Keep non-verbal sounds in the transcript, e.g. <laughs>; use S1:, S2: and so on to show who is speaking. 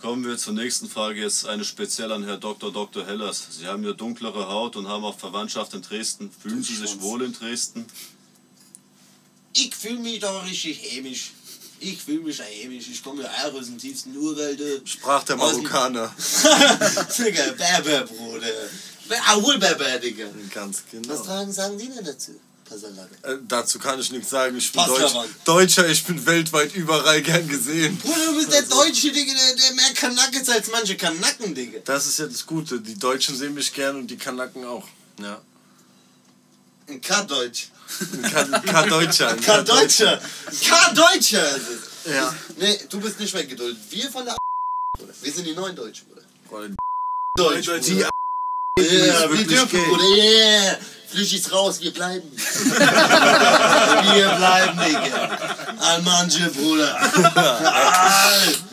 S1: Kommen wir zur nächsten Frage, jetzt eine speziell an Herr Dr. Dr. Hellers. Sie haben ja dunklere Haut und haben auch Verwandtschaft in Dresden. Fühlen
S2: Das
S1: Sie sich
S2: stimmt.
S1: wohl in Dresden?
S2: Ich fühle mich da richtig heimisch. Ich fühle mich da heimisch. Ich komme ja auch aus dem tiefsten Urwald. äh.
S3: Sprach der
S2: Aus dem-
S3: Marokkaner.
S2: <laughs> Digga, Berber, Bruder. Aul Berber, Digga.
S3: Ganz
S2: Was
S3: genau.
S2: sagen, sagen die denn dazu? Pasalade.
S3: Äh, dazu kann ich nichts sagen. Ich bin
S2: Passt
S3: Deutsch,
S2: daran.
S3: Deutscher, ich bin weltweit überall gern gesehen.
S2: Bruder, du bist der Deutsche, Digga, der, der mehr Kanack ist als manche Kanacken, Digga.
S3: Das ist ja das Gute. Die Deutschen sehen mich gern und die Kanaken auch. Ja.
S2: Ein K-Deutsch.
S3: Ein Ka- <laughs> Ka-Deutscher. ein
S2: K-Deutscher. K-Deutscher. also. ist es.
S3: Ja.
S2: Nee, du bist nicht mehr geduldet. Wir von der Bruder. Wir sind die neuen Deutschen, Bruder.
S3: Boah, die
S2: Deutsch,
S3: Deutschen,
S2: Bruder.
S3: die ist
S2: Ja, wir
S3: wirklich
S2: dürfen,
S3: gay.
S2: Bruder. Yeah. Flüchtig's raus, wir bleiben. <laughs>
S3: <laughs>
S2: wir bleiben, Digga. Almanje, Bruder. Al.